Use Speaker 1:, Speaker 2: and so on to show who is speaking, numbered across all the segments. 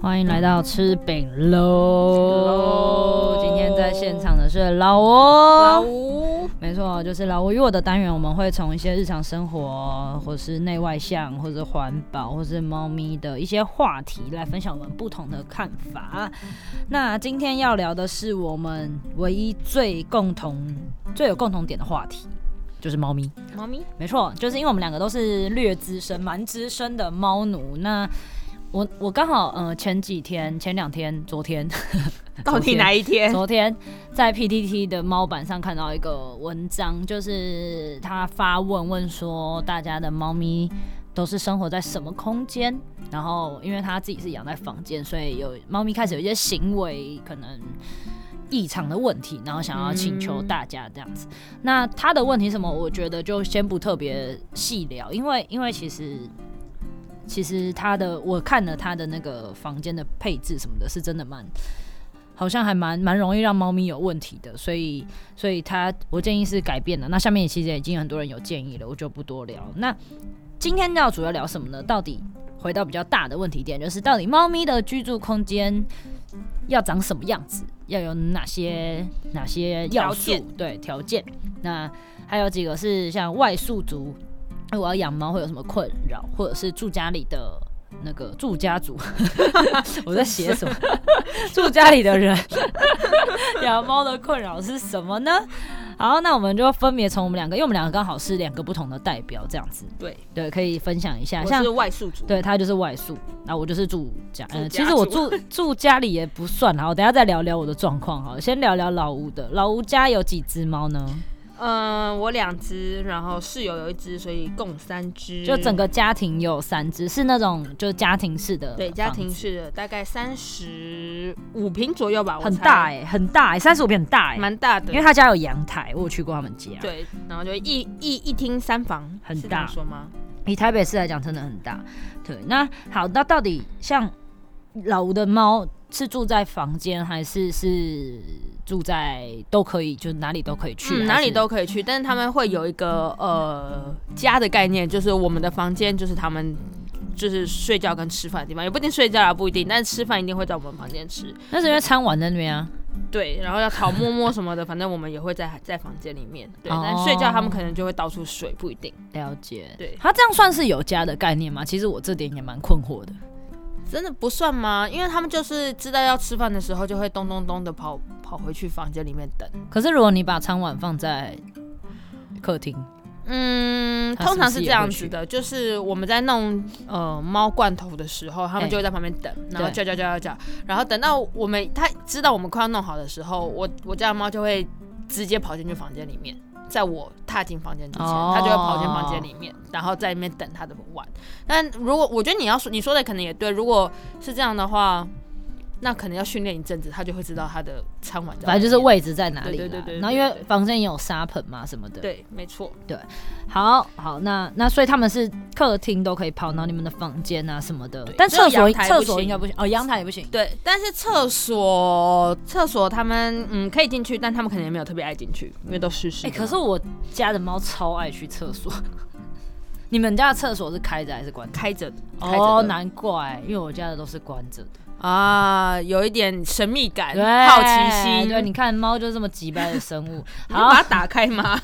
Speaker 1: 欢迎来到吃饼喽！今天在现场的是老欧，
Speaker 2: 老吴，
Speaker 1: 没错，就是老吴与我的单元，我们会从一些日常生活，或是内外向，或是环保，或是猫咪的一些话题来分享我们不同的看法。那今天要聊的是我们唯一最共同、最有共同点的话题，就是猫咪。
Speaker 2: 猫咪，
Speaker 1: 没错，就是因为我们两个都是略资深、蛮资深的猫奴。那我我刚好呃前几天、前两天、昨天，
Speaker 2: 到底哪一天？
Speaker 1: 昨天在 PTT 的猫版上看到一个文章，就是他发问问说大家的猫咪都是生活在什么空间？然后因为他自己是养在房间，所以有猫咪开始有一些行为可能异常的问题，然后想要请求大家这样子。那他的问题是什么？我觉得就先不特别细聊，因为因为其实。其实他的我看了他的那个房间的配置什么的，是真的蛮好像还蛮蛮容易让猫咪有问题的，所以所以它我建议是改变的。那下面其实也已经很多人有建议了，我就不多聊。那今天要主要聊什么呢？到底回到比较大的问题点，就是到底猫咪的居住空间要长什么样子，要有哪些哪些要素
Speaker 2: 条件
Speaker 1: 对条件？那还有几个是像外宿族，如果要养猫会有什么困扰，或者是住家里的。那个住家族， 我在写 什么？住家里的人 养猫的困扰是什么呢？好，那我们就分别从我们两个，因为我们两个刚好是两个不同的代表，这样子，
Speaker 2: 对，
Speaker 1: 对，可以分享一下。
Speaker 2: 我
Speaker 1: 像
Speaker 2: 是外宿主。
Speaker 1: 对他就是外宿，那我就是住家，嗯、
Speaker 2: 住
Speaker 1: 其
Speaker 2: 家
Speaker 1: 实我
Speaker 2: 族
Speaker 1: 住 住家里也不算好，等一下再聊聊我的状况好了，先聊聊老吴的。老吴家有几只猫呢？
Speaker 2: 嗯，我两只，然后室友有一只，所以共三只。
Speaker 1: 就整个家庭有三只，是那种就家庭式的，
Speaker 2: 嗯对家庭。式的，大概三十五平左右吧，我
Speaker 1: 很
Speaker 2: 猜
Speaker 1: 大，哎、很大哎、三十五平很大哎、
Speaker 2: 蛮大的。
Speaker 1: 因为他家有阳台，我有去过他们家。，
Speaker 2: 对，然后就一一一厅三房，
Speaker 1: 很
Speaker 2: 是这样
Speaker 1: 大
Speaker 2: 说吗？
Speaker 1: 以台北市来讲，真的很大。对，那好，那到底像老吴的猫是住在房间，还是是住在都可以，就哪里都可以去，
Speaker 2: 嗯，
Speaker 1: 还
Speaker 2: 哪
Speaker 1: 是
Speaker 2: 里都可以去，但是他们会有一个呃家的概念，就是我们的房间就是他们就是睡觉跟吃饭的地方，也不一定睡觉啊，不一定，但是吃饭一定会在我们房间吃。
Speaker 1: 那是因为餐碗在那边啊。
Speaker 2: 对，然后要炒馍馍什么的，反正我们也会在在房间里面。对，
Speaker 1: 哦
Speaker 2: 但睡觉他们可能就会到处睡，不一定。
Speaker 1: 了解，
Speaker 2: 对
Speaker 1: 他这样算是有家的概念吗？其实我这点也蛮困惑的。
Speaker 2: 真的不算吗？因为他们就是知道要吃饭的时候，就会咚咚咚的跑跑回去房间里面等。
Speaker 1: 可是如果你把餐碗放在客厅，
Speaker 2: 嗯，
Speaker 1: 他是不
Speaker 2: 通
Speaker 1: 是
Speaker 2: 常是这样子的，就是我们在弄呃猫罐头的时候，他
Speaker 1: 哎
Speaker 2: 们就会在旁边等，然后
Speaker 1: 对
Speaker 2: 叫叫叫叫叫，然后等到我们他知道我们快要弄好的时候，我我家的猫就会直接跑进去房间里面，在我踏进房间之前，
Speaker 1: 哦
Speaker 2: 它就会跑进房间里面，然后在里面等它的碗。但如果我觉得你要说你说的可能也对，如果是这样的话，那可能要训练一阵子，它就会知道它的餐碗在
Speaker 1: 反正就是
Speaker 2: 外面。
Speaker 1: 位置在哪里啦。
Speaker 2: 对对对对对
Speaker 1: 然后因为
Speaker 2: 对
Speaker 1: 房间也有沙盆嘛什么的。。
Speaker 2: 对，没错，
Speaker 1: 好好，那那所以他们是客厅都可以跑，然后你们的房间啊什么的
Speaker 2: 对，
Speaker 1: 但
Speaker 2: 只有
Speaker 1: 厕所
Speaker 2: 阳台
Speaker 1: 厕
Speaker 2: 不
Speaker 1: 所
Speaker 2: 行啊
Speaker 1: 应该不行哦，阳台也不行。
Speaker 2: 对，但是厕所厕所他们嗯可以进去，但他们可能也没有特别爱进去，因为都湿湿
Speaker 1: 哎、
Speaker 2: 的。
Speaker 1: 可是我家的猫超爱去厕 所。你们家的厕所是开着还是关着？
Speaker 2: 开着的开
Speaker 1: 哦，
Speaker 2: 着的
Speaker 1: 难怪，因为我家的都是关着的。
Speaker 2: 啊，有一点神秘感
Speaker 1: 对，、
Speaker 2: 哎好奇心，
Speaker 1: 对，你看猫就是这么急白的生 物。
Speaker 2: 你就把
Speaker 1: 好
Speaker 2: 它打开 吗？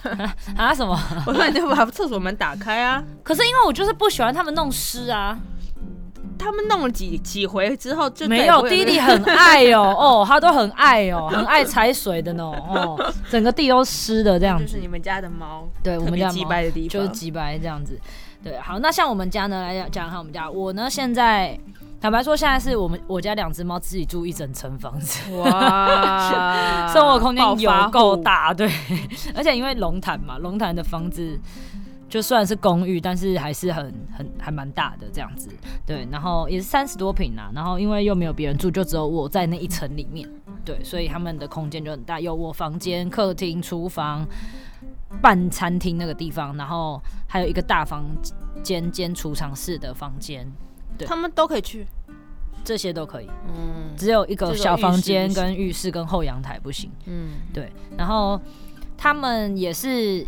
Speaker 1: 啊什么？
Speaker 2: 我说你就把厕所门打开啊。
Speaker 1: 可是因为我就是不喜欢他们弄湿啊。
Speaker 2: 他们弄了几几回之后就再
Speaker 1: 没
Speaker 2: 也
Speaker 1: 有，
Speaker 2: 不会
Speaker 1: 弟弟很爱哦， 哦，他都很爱哦，很爱踩水的呢，哦，整个地都湿的这样
Speaker 2: 就
Speaker 1: 子
Speaker 2: 是。你们家的猫，
Speaker 1: 对，我
Speaker 2: 特
Speaker 1: 们
Speaker 2: 别
Speaker 1: 家
Speaker 2: 鸡
Speaker 1: 猫
Speaker 2: 掰的地方
Speaker 1: 就是几百这样子。对，好，那像我们家呢，来讲讲一下我们家。我呢，现在坦白说，现在是我们我家两只猫自己住一整层房子，
Speaker 2: 哇
Speaker 1: 生活空间有够，
Speaker 2: 呃暴发户
Speaker 1: 大，对。 而且因为龙潭嘛，龙潭的房子就虽然是公寓，但是还是很很还蛮大的这样子。对，然后也是三十多平啊啦，然后因为又没有别人住，就只有我在那一层里面。对，所以他们的空间就很大，有我房间、客厅、厨房、半餐厅那个地方，然后还有一个大房间兼储藏室的房间，对
Speaker 2: 他们都可以去。
Speaker 1: 这些都可以。
Speaker 2: 嗯
Speaker 1: 只有一个
Speaker 2: 这种
Speaker 1: 小
Speaker 2: 浴
Speaker 1: 房
Speaker 2: 室
Speaker 1: 间、
Speaker 2: 不行
Speaker 1: 跟浴室、跟后阳台不行。
Speaker 2: 嗯，
Speaker 1: 对，然后他们也是，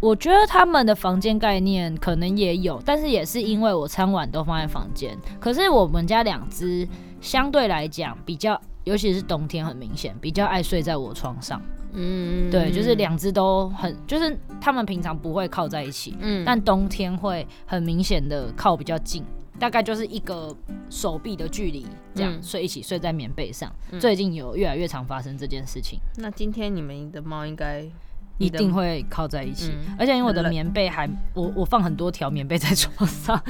Speaker 1: 我觉得他们的房间概念可能也有，但是也是因为我餐碗都放在房间，可是我们家两只相对来讲比较，尤其是冬天很明显，比较爱睡在我床上。
Speaker 2: 嗯，
Speaker 1: 对，就是，两只都很，就是他们平常不会靠在一起，
Speaker 2: 嗯，
Speaker 1: 但冬天会很明显的靠比较近，大概就是一个手臂的距离，这样、
Speaker 2: 嗯
Speaker 1: 睡一起睡在棉被上。
Speaker 2: 嗯
Speaker 1: 最近有越来越常发生这件事情，
Speaker 2: 那今天你们的猫应该
Speaker 1: 一定，会靠在一起。
Speaker 2: 嗯
Speaker 1: 而且因为我
Speaker 2: 很
Speaker 1: 的
Speaker 2: 冷
Speaker 1: 棉被还我我放很多条棉被在床上，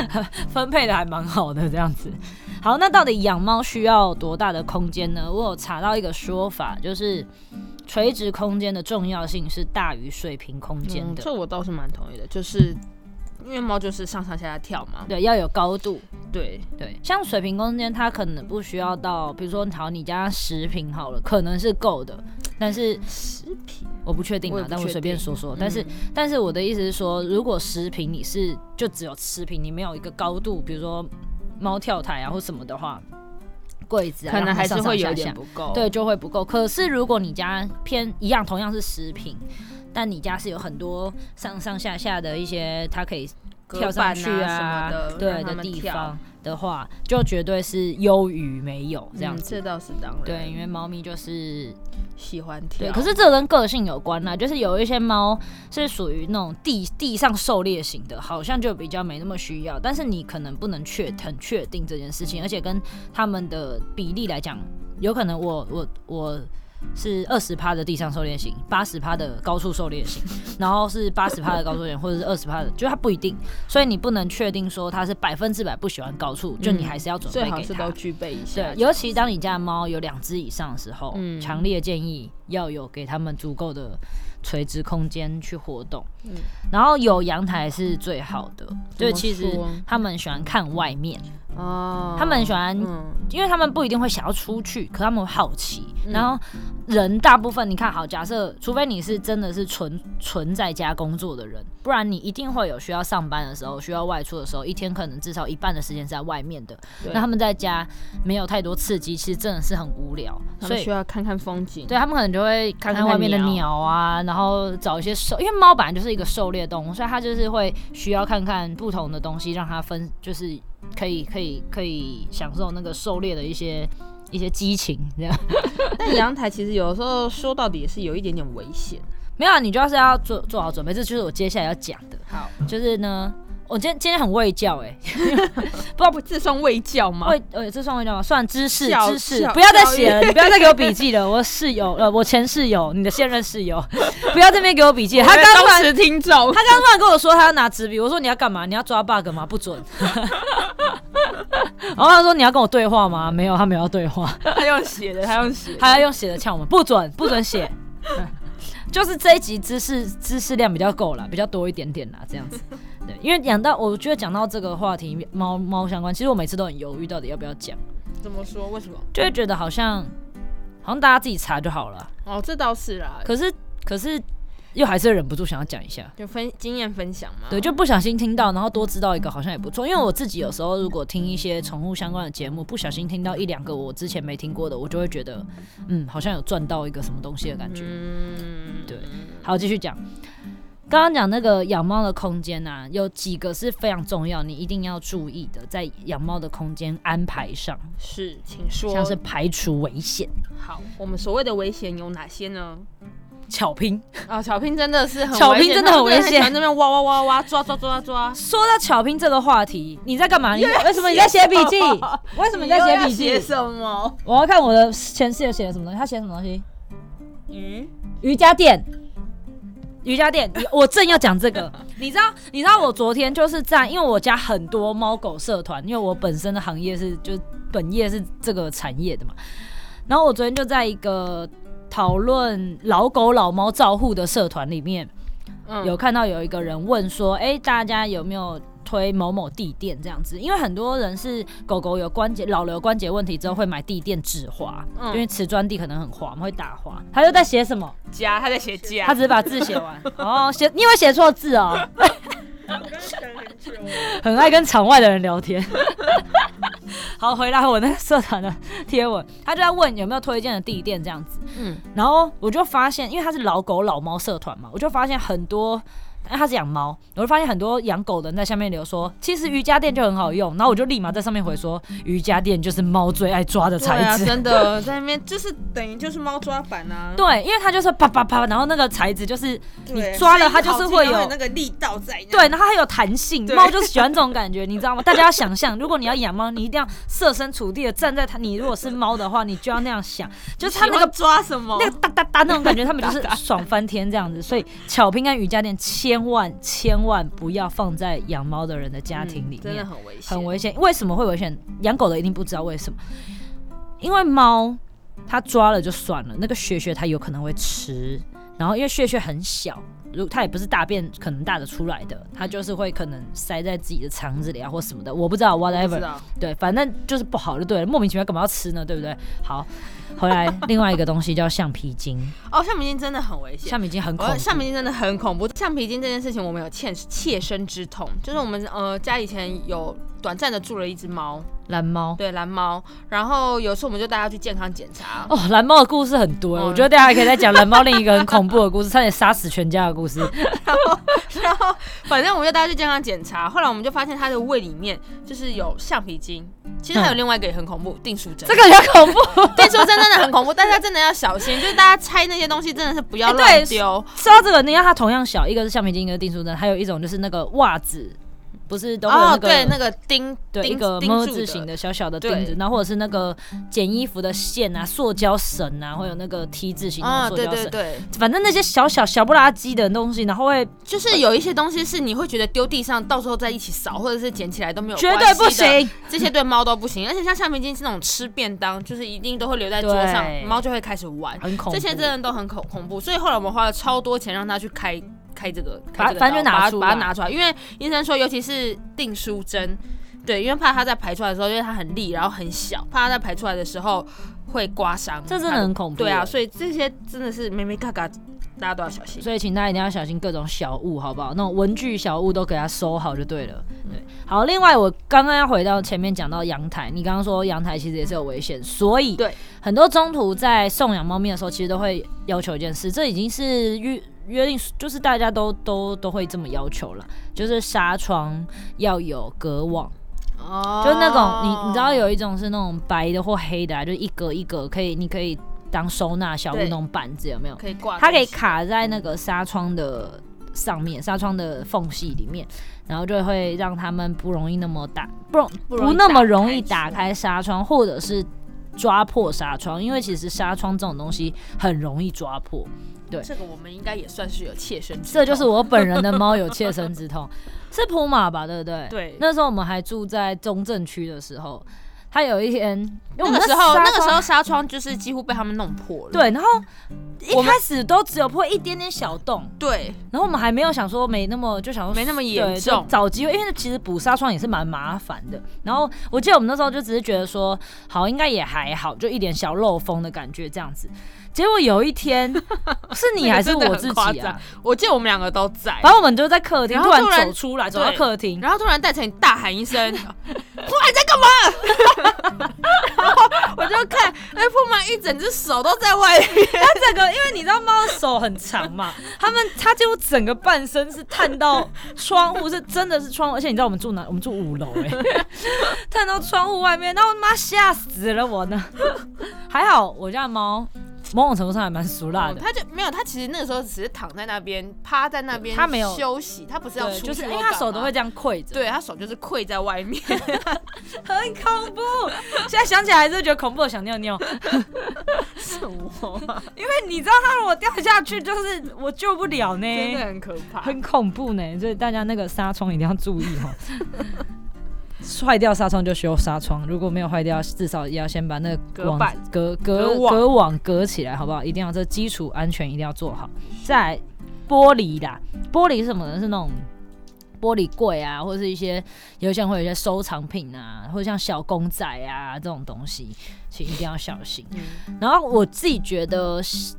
Speaker 1: 分配的还蛮好的这样子。好，那到底养猫需要多大的空间呢？我有查到一个说法，就是垂直空间的重要性是大于水平空
Speaker 2: 你的
Speaker 1: 间
Speaker 2: 嗯
Speaker 1: 的。
Speaker 2: 这我倒是蛮同意的，就是因为猫就是上上下下跳嘛，
Speaker 1: 对，要有高度。
Speaker 2: 对，
Speaker 1: 对，像水平空间，它可能不需要到，比如说，好，你家十平好了，可能是够的，但是
Speaker 2: 食品，
Speaker 1: 我不确定
Speaker 2: 我也
Speaker 1: 啊
Speaker 2: 不，
Speaker 1: 但我
Speaker 2: 确
Speaker 1: 随便
Speaker 2: 定
Speaker 1: 说说。但是
Speaker 2: 嗯，
Speaker 1: 但是我的意思是说，如果十平你是就只有十平，你没有一个高度，比如说猫跳台啊或什么的话，柜子啊，
Speaker 2: 可
Speaker 1: 让
Speaker 2: 能
Speaker 1: 它
Speaker 2: 还是
Speaker 1: 上上
Speaker 2: 会有
Speaker 1: 下
Speaker 2: 一点
Speaker 1: 下
Speaker 2: 不够，
Speaker 1: 对，就会不够。可是如果你家偏一样，同样是十平，但你家是有很多上上下下的一些，它可以
Speaker 2: 隔
Speaker 1: 跳上
Speaker 2: 板
Speaker 1: 去
Speaker 2: 啊什么的，
Speaker 1: 对
Speaker 2: 让它
Speaker 1: 的
Speaker 2: 们
Speaker 1: 地
Speaker 2: 跳
Speaker 1: 方，的话，就绝对是优于没有这样
Speaker 2: 嗯
Speaker 1: 子。
Speaker 2: 这倒是当然，
Speaker 1: 对，因为猫咪就是
Speaker 2: 喜欢
Speaker 1: 对，
Speaker 2: 跳，
Speaker 1: 可是这跟个性有关啦、就是有一些猫是属于那种地地上狩猎型的，好像就比较没那么需要，但是你可能不能确很确定这件事情，而且跟它们的比例来讲，有可能我我我是二十趴的地上狩猎型，八十趴的高处狩猎型，然后是八十趴的高处狩猎，或者是二十趴的，就它不一定，所以你不能确定说它是百分之百不喜欢高处，就你还是要准备
Speaker 2: 嗯最好
Speaker 1: 给
Speaker 2: 是
Speaker 1: 它
Speaker 2: 都具备一下
Speaker 1: 对，，尤其当你家的猫有两只以上的时候，
Speaker 2: 啊嗯
Speaker 1: 强烈建议要有给它们足够的垂直空间去活动，
Speaker 2: 嗯
Speaker 1: 然后有阳台是最好的。对，其实
Speaker 2: 说
Speaker 1: 他们喜欢看外面，
Speaker 2: 哦，
Speaker 1: 他们喜欢
Speaker 2: 嗯
Speaker 1: 因为他们不一定会想要出去，可他们会好奇。
Speaker 2: 嗯
Speaker 1: 然后人大部分，你看好，假设除非你是真的是纯纯在家工作的人，不然你一定会有需要上班的时候，需要外出的时候，一天可能至少一半的时间是在外面的。
Speaker 2: 对
Speaker 1: 那他们在家没有太多刺激，其实真的是很无聊，
Speaker 2: 他
Speaker 1: 所
Speaker 2: 们
Speaker 1: 以
Speaker 2: 需。要看看风景，
Speaker 1: 对他们可能就会看看外面的
Speaker 2: 看看鸟
Speaker 1: 鸟啊，然后找一些狩，因为猫本来就是一个狩猎动物，所以它就是会需要看看不同的东西，让它分就是可以可以可以享受那个狩猎的一些一些激情这样。
Speaker 2: 但阳台其实有的时候说到底也是有一点点危险。
Speaker 1: 没有啊，你就是要做做好准备，这就是我接下来要讲的，
Speaker 2: 好，
Speaker 1: 就是呢，我今天今天很会教哎、
Speaker 2: 不不，这算卫教吗？
Speaker 1: 会呃，这算会教吗？算知识，
Speaker 2: 教
Speaker 1: 知识
Speaker 2: 教，
Speaker 1: 不要再
Speaker 2: 教育
Speaker 1: 写了，你不要再给我笔记了。我室友，呃，我前室友，你的现任室友， 不要这边给我笔记。他
Speaker 2: 他
Speaker 1: 刚刚突
Speaker 2: 当
Speaker 1: 然，
Speaker 2: 时听众，
Speaker 1: 他刚刚突然跟我说他要拿纸笔，我说你要干嘛？你要抓 bug 吗？不准。 然后他说你要跟我对话吗？没有，他没有要对话。
Speaker 2: 他用写的，他用写的。
Speaker 1: 他要用写的呛我们，不准不准写。 就是这一集知识知识量比较够了，比较多一点点啦，这样子。对，因为讲到我觉得讲到这个话题猫猫相关，其实我每次都很犹豫到底要不要讲，
Speaker 2: 怎么说？为什么？
Speaker 1: 就会觉得好像好像大家自己查就好了，
Speaker 2: 哦，这倒是啦，
Speaker 1: 可是可是又还是忍不住想要讲一下。
Speaker 2: 就分经验分享嘛。
Speaker 1: 对，就不小心听
Speaker 2: 嗯
Speaker 1: 到，然后多知道一个好像也不错。因为我自己有时候如果听一些宠物相关的节目，不小心听到一两个我之前没听过的，我就会觉得，嗯，好像有赚到一个什么东西的感觉。
Speaker 2: 嗯，
Speaker 1: 对好，继续讲。刚刚讲那个养猫的空间啊，有几个是非常重要，你一定要注意的，在养猫的空间安排上，
Speaker 2: 是，请说。
Speaker 1: 像是排除危险、
Speaker 2: 好，我们所谓的危险有哪些呢？
Speaker 1: 巧拼。
Speaker 2: 啊，小平真的是很危险，
Speaker 1: 小平真的很危险
Speaker 2: 他真的喜欢那边哇哇哇哇抓抓抓抓抓。
Speaker 1: 说到巧拼这个话题，你在干嘛？你为什么你在写笔 记？ 为什么你在写笔
Speaker 2: 你又
Speaker 1: 记？
Speaker 2: 要什么？
Speaker 1: 我要看我的前室友写了什么东西，他写什么东西？
Speaker 2: 鱼？
Speaker 1: 瑜伽垫。瑜伽 垫，你我正要讲这个，你知道，你知道我昨天就是在，因为我家很多猫狗社团，因为我本身的行业是就本业是这个产业的嘛，然后我昨天就在一个讨论老狗老猫照护的社团里面，
Speaker 2: 嗯
Speaker 1: 有看到有一个人问说，哎、大家有没有推某某地垫这样子？因为很多人是狗狗有关节老了有关节问题之后会买地垫止滑，
Speaker 2: 嗯
Speaker 1: 因为瓷砖地可能很滑，我们会打滑。他又在写什么？
Speaker 2: 家，他在写家
Speaker 1: 他。只是把字写完。哦，写你有没有写错字哦？ 很爱跟场外的人聊天。 好，回来我那个社团的贴文，他就在问有没有推荐的地垫这样子。
Speaker 2: 嗯
Speaker 1: 然后我就发现，因为他是老狗老猫社团嘛，我就发现很多但他是养猫，我就发现很多养狗的人在下面留说，其实瑜伽垫就很好用，然后我就立马在上面回说，瑜伽垫就是猫最爱抓的
Speaker 2: 对
Speaker 1: 材
Speaker 2: 啊，
Speaker 1: 质。
Speaker 2: 真的在那边就是等于就是猫抓板啊，
Speaker 1: 对，因为它就是啪啪啪，然后那个材质就是
Speaker 2: 对
Speaker 1: 你抓了它
Speaker 2: 所以
Speaker 1: 就是
Speaker 2: 好
Speaker 1: 会
Speaker 2: 记得
Speaker 1: 有
Speaker 2: 那个力道在，
Speaker 1: 对，然后它还有弹性，
Speaker 2: 嗯对
Speaker 1: 猫就是喜欢这种感觉，你知道 吗？大家要想象，如果你要养猫，你一定要设身处地的站在它，你如果是猫的话，你就要那样想，就是它那个
Speaker 2: 抓什么
Speaker 1: 那个哒哒哒那种 感觉，他们就是爽翻天这样子。所以巧拼跟瑜伽垫千万千万不要放在养猫的人的家庭里
Speaker 2: 嗯真的
Speaker 1: 面，
Speaker 2: 很危险，
Speaker 1: 很危险。为什么会危险？养狗的一定不知道为什么，因为猫它抓了就算了，那个血血它有可能会吃，然后因为血血很小。如它也不是大便可能大的出来的，它就是会可能塞在自己的肠子里啊或什么的，我不知道
Speaker 2: 不知
Speaker 1: whatever。
Speaker 2: 道
Speaker 1: 对，反正就是不好就对了，莫名其妙干嘛要吃呢？对不对？好，回来另外一个东西叫橡皮 筋，
Speaker 2: 哦，橡皮筋真的很危险。
Speaker 1: 橡皮筋很恐
Speaker 2: 我
Speaker 1: 怖，
Speaker 2: 橡皮筋真的很恐怖，橡皮筋这件事情我们有切切身之痛，就是我们呃家以前有短暂的住了一只猫，
Speaker 1: 蓝猫。
Speaker 2: 对蓝猫，然后有时候我们就带它去健康检查，
Speaker 1: 哦，蓝猫的故事很多、
Speaker 2: 嗯
Speaker 1: 我觉得大家还可以再讲蓝猫另一个很恐怖的故事，差点杀死全家的故事。
Speaker 2: 然后反正我们就带它去健康检查，后来我们就发现它的胃里面就是有橡皮筋，其实还有
Speaker 1: 嗯
Speaker 2: 另外一个也很恐怖，订书针，
Speaker 1: 这个也恐怖，
Speaker 2: 订书针真的很恐怖，大家真的要小心，就是大家拆那些东西真的是不要
Speaker 1: 哎对
Speaker 2: 乱丢，
Speaker 1: 说到这个，你看它同样小，一个是橡皮筋，一个是订书针，还有一种就是那个袜子，不是都会有那
Speaker 2: 哦，
Speaker 1: 个、
Speaker 2: 对，那个钉
Speaker 1: 对，
Speaker 2: 钉
Speaker 1: 一个
Speaker 2: 钉
Speaker 1: 么
Speaker 2: 住
Speaker 1: 字
Speaker 2: 的
Speaker 1: 形的小小的
Speaker 2: 对
Speaker 1: 钉子，然后或者是那个剪衣服的线啊、塑胶绳啊，会有那个 T 字形的
Speaker 2: 啊、
Speaker 1: 塑
Speaker 2: 对
Speaker 1: 胶
Speaker 2: 对
Speaker 1: 绳，
Speaker 2: 对，
Speaker 1: 反正那些小小小不拉几的东西，然后会
Speaker 2: 就是有一些东西是你会觉得丢地上，到时候再一起扫，或者是捡起来都没有
Speaker 1: 绝
Speaker 2: 关
Speaker 1: 对
Speaker 2: 系
Speaker 1: 不
Speaker 2: 的，
Speaker 1: 行。
Speaker 2: 这些对猫都不行。而且像橡皮筋是那种吃便当，就是一定都会留在桌上
Speaker 1: 对，
Speaker 2: 猫就会开始玩，
Speaker 1: 很恐怖。
Speaker 2: 这些真的都很恐恐怖。所以后来我们花了超多钱让它去开。开这个，
Speaker 1: 把
Speaker 2: 开这个
Speaker 1: 反正就
Speaker 2: 刀
Speaker 1: 拿
Speaker 2: 把它
Speaker 1: 出
Speaker 2: 把它
Speaker 1: 来
Speaker 2: 拿出来，因为医生说，尤其是订书针，对，因为怕它在排出来的时候，因为它很利，然后很小，怕它在排出来的时候会刮伤。
Speaker 1: 这真的很恐怖。
Speaker 2: 对啊，，所以这些真的是咩咩嘎嘎，大家都要小心。
Speaker 1: 所以请大家一定要小心各种小物，好不好？那种文具小物都给它收好就对了。对，好。另外，我刚刚要回到前面讲到阳台，你刚刚说阳台其实也是有危险，所以
Speaker 2: 对
Speaker 1: 很多中途在送养猫咪的时候，其实都会要求一件事，这已经是约约定，就是大家都都都会这么要求了，就是纱窗要有隔网。
Speaker 2: 哦
Speaker 1: 就那种你你知道有一种是那种白的或黑的、啊，就一格一格可以，你可以当收纳小物
Speaker 2: 对
Speaker 1: 那种板子有没有？
Speaker 2: 可以挂，
Speaker 1: 它可以卡在那个纱窗的上面，纱窗的缝隙里面，然后就会让它们不容易那么打不容
Speaker 2: 不容易
Speaker 1: 那么容易打
Speaker 2: 打开
Speaker 1: 开纱窗，或者是抓破纱窗，因为其实纱窗这种东西很容易抓破。
Speaker 2: 这个我们应该也算是有切身之痛，
Speaker 1: 这就是我本人的猫有切身之 痛，是普马吧，对不对？
Speaker 2: 对。
Speaker 1: 那时候我们还住在中正区的时候，他有一天，因为我
Speaker 2: 那
Speaker 1: 们
Speaker 2: 个时候，
Speaker 1: 纱
Speaker 2: 那个时
Speaker 1: 窗
Speaker 2: 候嗯纱窗就是几乎被他们弄破了。
Speaker 1: 对，然后一
Speaker 2: 我们
Speaker 1: 开始都只有破一点点小洞，
Speaker 2: 对，
Speaker 1: 然后我们还没有想说没那么就想说
Speaker 2: 没那么
Speaker 1: 对
Speaker 2: 严
Speaker 1: 就
Speaker 2: 重
Speaker 1: 找机会，因为其实补纱窗也是蛮麻烦的。然后我记得我们那时候就只是觉得说，好应该也还好，就一点小漏风的感觉这样子。结果有一天是你还是
Speaker 2: 那个真的
Speaker 1: 我
Speaker 2: 很
Speaker 1: 自
Speaker 2: 夸
Speaker 1: 己啊
Speaker 2: 张？我记得我们两个都在
Speaker 1: 反，正我们就在客厅，
Speaker 2: 然
Speaker 1: 突
Speaker 2: 后
Speaker 1: 然
Speaker 2: 突然
Speaker 1: 走出来，走到
Speaker 2: 对
Speaker 1: 客厅，
Speaker 2: 然后突然戴成你大喊 一声：“普马你在干嘛？” 然后我就看，哎，普马一整只手都在外面，
Speaker 1: 整个，因为你知道猫的手很长 嘛，它们它几乎整个半身是探到窗户，是真的是窗户，而且你知道我们住哪？我们住五楼哎、 探到窗户外面，那我他妈吓死了我呢。还好我家的猫某种程度上还蛮俗辣的，
Speaker 2: 他就没有，他其实那个时候只是躺在那边，趴在那边，
Speaker 1: 他没有
Speaker 2: 休息，他不是要
Speaker 1: 对，
Speaker 2: 出去
Speaker 1: 就是因
Speaker 2: 或
Speaker 1: 为
Speaker 2: 干嘛，
Speaker 1: 它手都会这样跪着，
Speaker 2: 对他手就是跪在外 面，
Speaker 1: 很恐怖。现在想起来还是觉得恐怖，想尿尿，
Speaker 2: 什么啊、
Speaker 1: 因为你知道它如果掉下去，就是我救不了呢。
Speaker 2: 真的很可怕。
Speaker 1: 欸很恐怖呢，所以大家那个纱窗一定要注意 哦。坏掉纱窗就修纱窗，如果没有坏掉，至少也要先把那个
Speaker 2: 隔
Speaker 1: 网
Speaker 2: 板
Speaker 1: 隔隔
Speaker 2: 隔网
Speaker 1: 隔网隔起来，好不好？一定要这基础安全一定要做好。再来玻璃啦，玻璃是什么呢？是那种玻璃柜啊，或者是一些有一些人会有一些收藏品啊，或者像小公仔啊这种东西，请一定要小心。
Speaker 2: 嗯
Speaker 1: 然后我自己觉得是，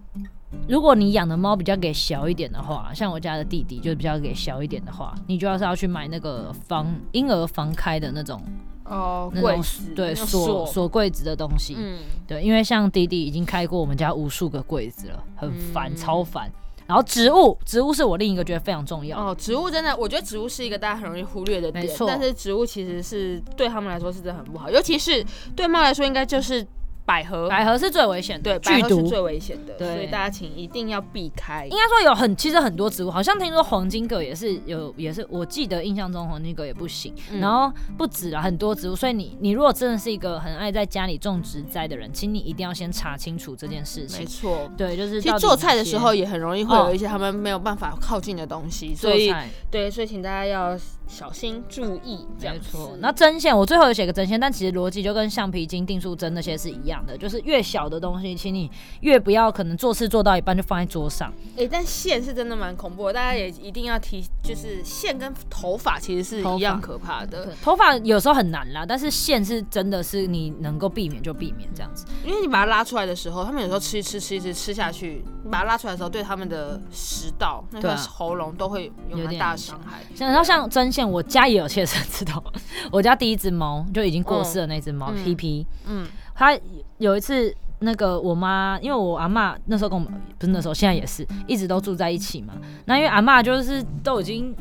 Speaker 1: 如果你养的猫比较给小一点的话，像我家的弟弟就比较给小一点的话，你就要是要去买那个防婴儿防开的那种
Speaker 2: 哦，
Speaker 1: 那
Speaker 2: 跪
Speaker 1: 种
Speaker 2: 死，
Speaker 1: 对
Speaker 2: 那种
Speaker 1: 锁锁柜子的东西。
Speaker 2: 嗯，
Speaker 1: 对，因为像弟弟已经开过我们家无数个柜子了，很烦，
Speaker 2: 嗯
Speaker 1: 超烦。然后植物，植物是我另一个觉得非常重要的。
Speaker 2: 哦，植物真的，我觉得植物是一个大家很容易忽略的
Speaker 1: 嗯没
Speaker 2: 点，
Speaker 1: 错
Speaker 2: 但是植物其实是对他们来说是真的很不好，尤其是对猫来说，应该就是百合，
Speaker 1: 百合是最危险的，
Speaker 2: 哦对，百
Speaker 1: 剧
Speaker 2: 合
Speaker 1: 毒
Speaker 2: 是。最危险的，
Speaker 1: 对
Speaker 2: 所以大家请一定要避开
Speaker 1: 应。该说有很，其实很多植物，好像听说黄金葛也是有，也是我记得印象中黄金葛也不行，
Speaker 2: 嗯
Speaker 1: 然后不止了很多植物，所以你你如果真的是一个很爱在家里种植栽的人，请你一定要先查清楚这件事情。
Speaker 2: 没错，
Speaker 1: 对，就是
Speaker 2: 其
Speaker 1: 到
Speaker 2: 实
Speaker 1: 底
Speaker 2: 做菜
Speaker 1: 哪
Speaker 2: 的
Speaker 1: 些
Speaker 2: 时候也很容易会
Speaker 1: 哦
Speaker 2: 有一些他们没有办法靠近的东西，所以
Speaker 1: 做菜
Speaker 2: 对，所以请大家要小心注意，这样
Speaker 1: 没错
Speaker 2: 子。
Speaker 1: 那针线我最后有写个针线，但其实逻辑就跟橡皮筋、订书针那些是一样的，就是越小的东西，请你越不要可能做事做到一半就放在桌上。
Speaker 2: 哎、但线是真的蛮恐怖的，大家也一定要提，就是线跟头发其实是
Speaker 1: 头
Speaker 2: 一样
Speaker 1: 发
Speaker 2: 可怕的，
Speaker 1: 头发有时候很难啦，但是线是真的是你能够避免就避免这样子。
Speaker 2: 因为你把它拉出来的时候，他们有时候吃一吃吃一吃吃下去，你把它拉出来的时候，对他们的食道、那
Speaker 1: 对啊
Speaker 2: 个喉咙都会有
Speaker 1: 有
Speaker 2: 蛮
Speaker 1: 点
Speaker 2: 大的
Speaker 1: 影
Speaker 2: 伤害。
Speaker 1: 像然后像针线，我家也有切身之痛。我家第一只猫就已经过世的那只猫
Speaker 2: 嗯
Speaker 1: 皮皮，
Speaker 2: 嗯，
Speaker 1: 它有一次那个我妈，因为我阿嬷那时候跟我们不是那时候，现在也是一直都住在一起嘛。那因为阿嬷就是都已经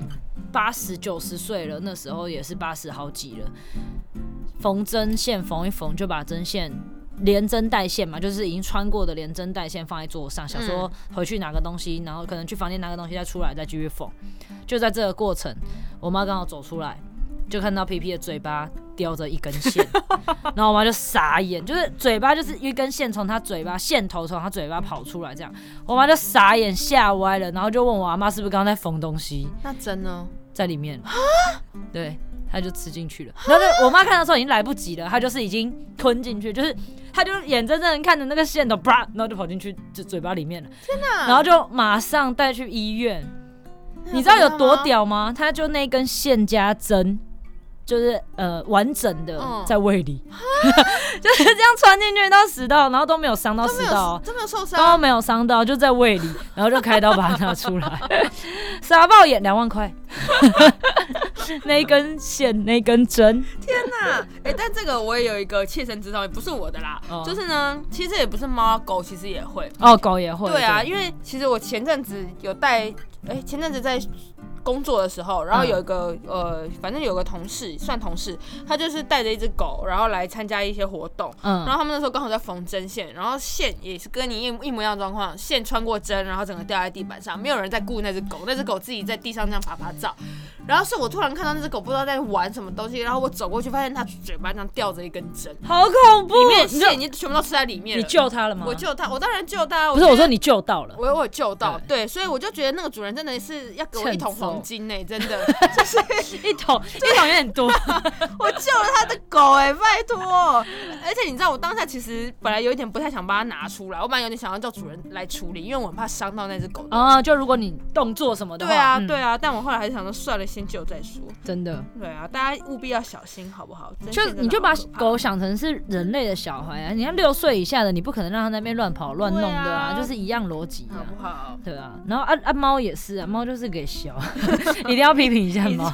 Speaker 1: 八十九十岁了，那时候也是八十好几了，缝针线缝一缝就把针线。连针带线嘛，就是已经穿过的连针带线放在桌上，想说回去拿个东西，然后可能去房间拿个东西，再出来再继续缝。就在这个过程，我妈刚好走出来，就看到皮皮的嘴巴叼着一根线，然后我妈就傻眼，就是嘴巴就是一根线从她嘴巴线头从她嘴巴跑出来，这样我妈就傻眼吓歪了，然后就问我阿妈是不是刚刚在缝东西
Speaker 2: 那针呢？
Speaker 1: 在里面，对，她就吃进去了，然后就我妈看到的时候已经来不及了，她就是已经吞进去，就是她就眼睁睁地看着那个线头啪，然后就跑进去就嘴巴里面了，天哪，然后就马上带去医院。你知道有多屌吗？它就那根线加针，就是呃完整的
Speaker 2: 嗯
Speaker 1: 在胃里， 就是这样穿进去到食道，然后都没有伤到
Speaker 2: 都没
Speaker 1: 食
Speaker 2: 有
Speaker 1: 道哦，
Speaker 2: 都没有受
Speaker 1: 都
Speaker 2: 伤，
Speaker 1: 没有伤到，就在胃里，然后就开刀把它拿出来，傻爆眼两万块，那一根线那一根针，
Speaker 2: 天哪！哎、但这个我也有一个切身之痛，也不是我的啦，
Speaker 1: 哦
Speaker 2: 就是呢，其实这也不是猫啊，狗其实也会。
Speaker 1: 哦狗也会，
Speaker 2: 对啊，因为其实我前阵子有带，哎、前阵子在工作的时候，然后
Speaker 1: 嗯
Speaker 2: 有一个、呃，反正有个同事，算同事，他就是带着一只狗，然后来参加一些活动。然
Speaker 1: 嗯，
Speaker 2: 后他们那时候刚好在缝针线，然后线也是跟你一一模一样的状况，线穿过针，然后整个掉在地板上，没有人在顾那只狗，那只狗自己在地上这样爬爬照。然后是我突然看到那只狗不知道在玩什么东西，然后我走过去发现它嘴巴上吊着一根针，
Speaker 1: 好恐怖
Speaker 2: 里
Speaker 1: 哦
Speaker 2: 面，的
Speaker 1: 你就
Speaker 2: 线已经全部都吃在里面
Speaker 1: 你
Speaker 2: 了。
Speaker 1: 救它了吗？
Speaker 2: 我救它，我当然救它。
Speaker 1: 不是
Speaker 2: 觉得
Speaker 1: 我说你救到了，
Speaker 2: 我我有救到，
Speaker 1: 对嗯
Speaker 2: 对，所以我就觉得那个主人真的是要给我一桶
Speaker 1: 欠揍
Speaker 2: 黄金呢、欸真的，
Speaker 1: 一桶一桶有点多，
Speaker 2: 我救了他的狗哎、拜托！而且你知道，我当下其实本来有一点不太想把它拿出来，我本来有点想要叫主人来处理，因为我很怕伤到那只狗。
Speaker 1: 啊，就如果你动作什么的
Speaker 2: 对
Speaker 1: 话，
Speaker 2: 啊，
Speaker 1: 嗯
Speaker 2: 对啊，但我后来还是想说，算了，先救再说。
Speaker 1: 真的，
Speaker 2: 对啊，大家务必要小心，好不好？真
Speaker 1: 就
Speaker 2: 心真的
Speaker 1: 你就把
Speaker 2: 好可怕
Speaker 1: 狗想成是人类的小孩啊！你看六岁以下的，你不可能让它在那边乱跑乱弄的啊，
Speaker 2: 对啊
Speaker 1: 就是一样逻辑
Speaker 2: 好
Speaker 1: 啊。
Speaker 2: 不好？
Speaker 1: 对啊，然后啊啊猫也是啊，猫就是给小， 一定要批评一下猫。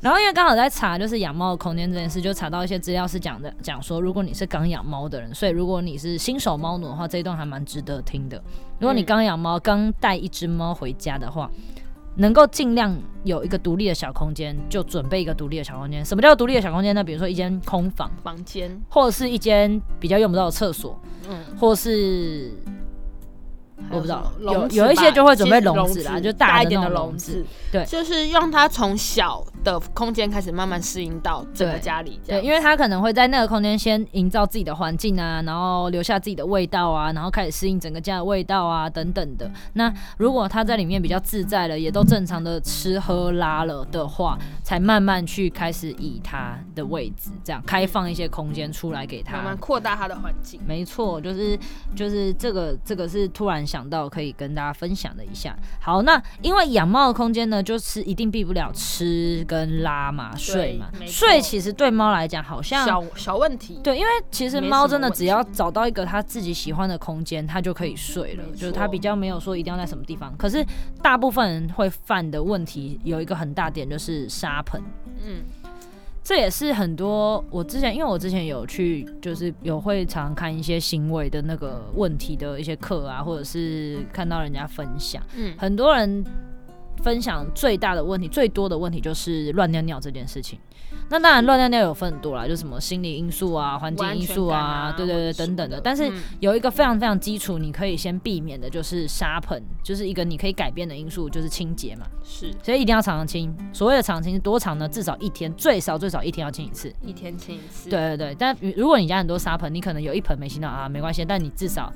Speaker 1: 然后因为刚好在查就是养猫的空间这件事，就查到一些资料是讲的讲说，如果你是刚养猫的人，所以如果你是新手猫奴的话，这一段还蛮值得听的。如果你
Speaker 2: 嗯
Speaker 1: 刚养猫，刚带一只猫回家的话，能够尽量有一个独立的小空间，就准备一个独立的小空间。什么叫独立的小空间呢？比如说一间空房，
Speaker 2: 房间，
Speaker 1: 或者是一间比较用不到的厕所，
Speaker 2: 嗯，
Speaker 1: 或是我不知道
Speaker 2: 还，有什么
Speaker 1: 有
Speaker 2: 笼子
Speaker 1: 有一些
Speaker 2: 吧
Speaker 1: 就会准备
Speaker 2: 其实
Speaker 1: 笼子啦，就大
Speaker 2: 一点
Speaker 1: 的
Speaker 2: 的
Speaker 1: 那种笼
Speaker 2: 子
Speaker 1: 子。，对
Speaker 2: 就是让它从小的空间开始慢慢适应到整个
Speaker 1: 对
Speaker 2: 家里，这
Speaker 1: 对，
Speaker 2: 样
Speaker 1: 因为它可能会在那个空间先营造自己的环境啊，然后留下自己的味道啊，然后开始适应整个家的味道啊等等的。那如果它在里面比较自在了，也都正常的吃喝拉了的话，才慢慢去开始以它的位置这样开放一些空间出来给它。
Speaker 2: 慢慢扩大它的环境。
Speaker 1: 没错，就是就是这个这个是突然想到可以跟大家分享的一下。好，那因为养猫的空间呢，就是一定避不了吃跟拉嘛、睡嘛。
Speaker 2: 没错
Speaker 1: 睡其实对猫来讲好像。
Speaker 2: 小小问题，
Speaker 1: 对，因为其实
Speaker 2: 没什么
Speaker 1: 猫真的
Speaker 2: 问题
Speaker 1: 只要找到一个它自己喜欢的空间，它就可以睡了
Speaker 2: 没，错
Speaker 1: 就是它比较没有说一定要在什么地方。可是大部分人会犯的问题有一个很大点，就是沙盆。
Speaker 2: 嗯，
Speaker 1: 这也是很多我之前，因为我之前有去，就是有会常看一些行为的那个问题的一些课啊，或者是看到人家分享，
Speaker 2: 嗯，
Speaker 1: 很多人分享最大的问题、最多的问题就是乱尿尿这件事情。那当然，乱尿尿有分很多啦，就什么心理因素啊、环境因素啊，
Speaker 2: 不安全感啊
Speaker 1: 对对对，
Speaker 2: 或者什么
Speaker 1: 等等
Speaker 2: 的
Speaker 1: 的。但是
Speaker 2: 嗯
Speaker 1: 有一个非常非常基础，你可以先避免的就是沙盆，就是一个你可以改变的因素，就是清洁嘛。
Speaker 2: 是
Speaker 1: 所以一定要常常清。所谓的常清是多长呢？至少一天，最少最少一天要清一次。
Speaker 2: 一天清一次，，
Speaker 1: 对对对，但如果你家很多沙盆，你可能有一盆没清到啊，没关系，但你至少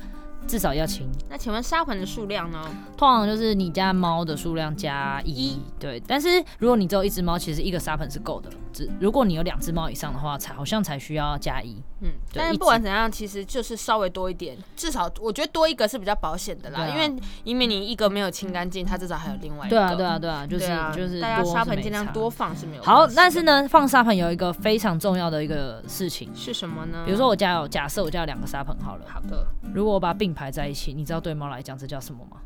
Speaker 1: 至少要清。
Speaker 2: 那请问沙盆的数量呢？
Speaker 1: 通常就是你家猫的数量加一
Speaker 2: 一，
Speaker 1: 对。但是如果你只有一只猫，其实一个沙盆是够的。只如果你有两只猫以上的话，才好像才需要加一。
Speaker 2: 嗯，
Speaker 1: 对
Speaker 2: 但
Speaker 1: 一
Speaker 2: 是
Speaker 1: 直
Speaker 2: 不管怎样，其实就是稍微多一点，至少我觉得多一个是比较保险的啦，
Speaker 1: 对啊
Speaker 2: 因为以免你一个没有清干净，它至少还有另外一个。
Speaker 1: 对啊，对啊，对啊，就是、
Speaker 2: 对啊，
Speaker 1: 就是
Speaker 2: 大家
Speaker 1: 多
Speaker 2: 沙
Speaker 1: 是
Speaker 2: 盆
Speaker 1: 没
Speaker 2: 尽量
Speaker 1: 差
Speaker 2: 多放是没有
Speaker 1: 好，
Speaker 2: 关系的
Speaker 1: 但是呢，放沙盆有一个非常重要的一个事情，
Speaker 2: 是什么呢？
Speaker 1: 比如说我家有假设我家有两个沙盆好了，
Speaker 2: 好的，
Speaker 1: 如果我把并排在一起，你知道对猫来讲这叫什么吗？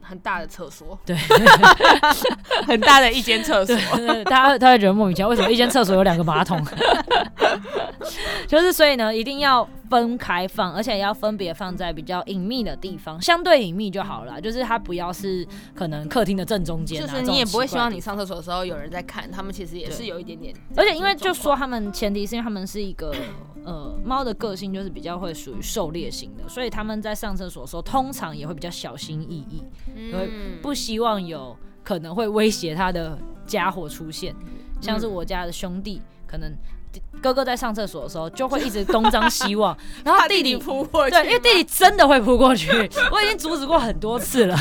Speaker 2: 很大的厕所，
Speaker 1: 对，
Speaker 2: 很大的一间厕所，
Speaker 1: 大家他会觉得莫名其妙，为什么一间厕所有两个马桶？ 就是所以呢，一定要分开放，而且要分别放在比较隐秘的地方，相对隐秘就好了啦。就是它不要是可能客厅的正中间、啊，
Speaker 2: 就是
Speaker 1: 这种
Speaker 2: 你也不会
Speaker 1: 奇
Speaker 2: 希
Speaker 1: 怪的
Speaker 2: 望
Speaker 1: 地
Speaker 2: 你上厕所的时候有人在看，他们其实也是有一点点这样子的
Speaker 1: 而
Speaker 2: 状况，
Speaker 1: 且因为就说他们前提是因为他们是一个呃猫的个性就是比较会属于狩猎型的，所以他们在上厕所的时候通常也会比较小心翼翼，
Speaker 2: 嗯，
Speaker 1: 不希望有可能会威胁它的家伙出现，像是
Speaker 2: 嗯
Speaker 1: 我家的兄弟可能。哥哥在上厕所的时候就会一直东张西 望，然后
Speaker 2: 怕
Speaker 1: 弟
Speaker 2: 弟
Speaker 1: 弟
Speaker 2: 弟扑过去，
Speaker 1: 对，因为弟弟真的会扑过去， 我已经阻止过很多次了，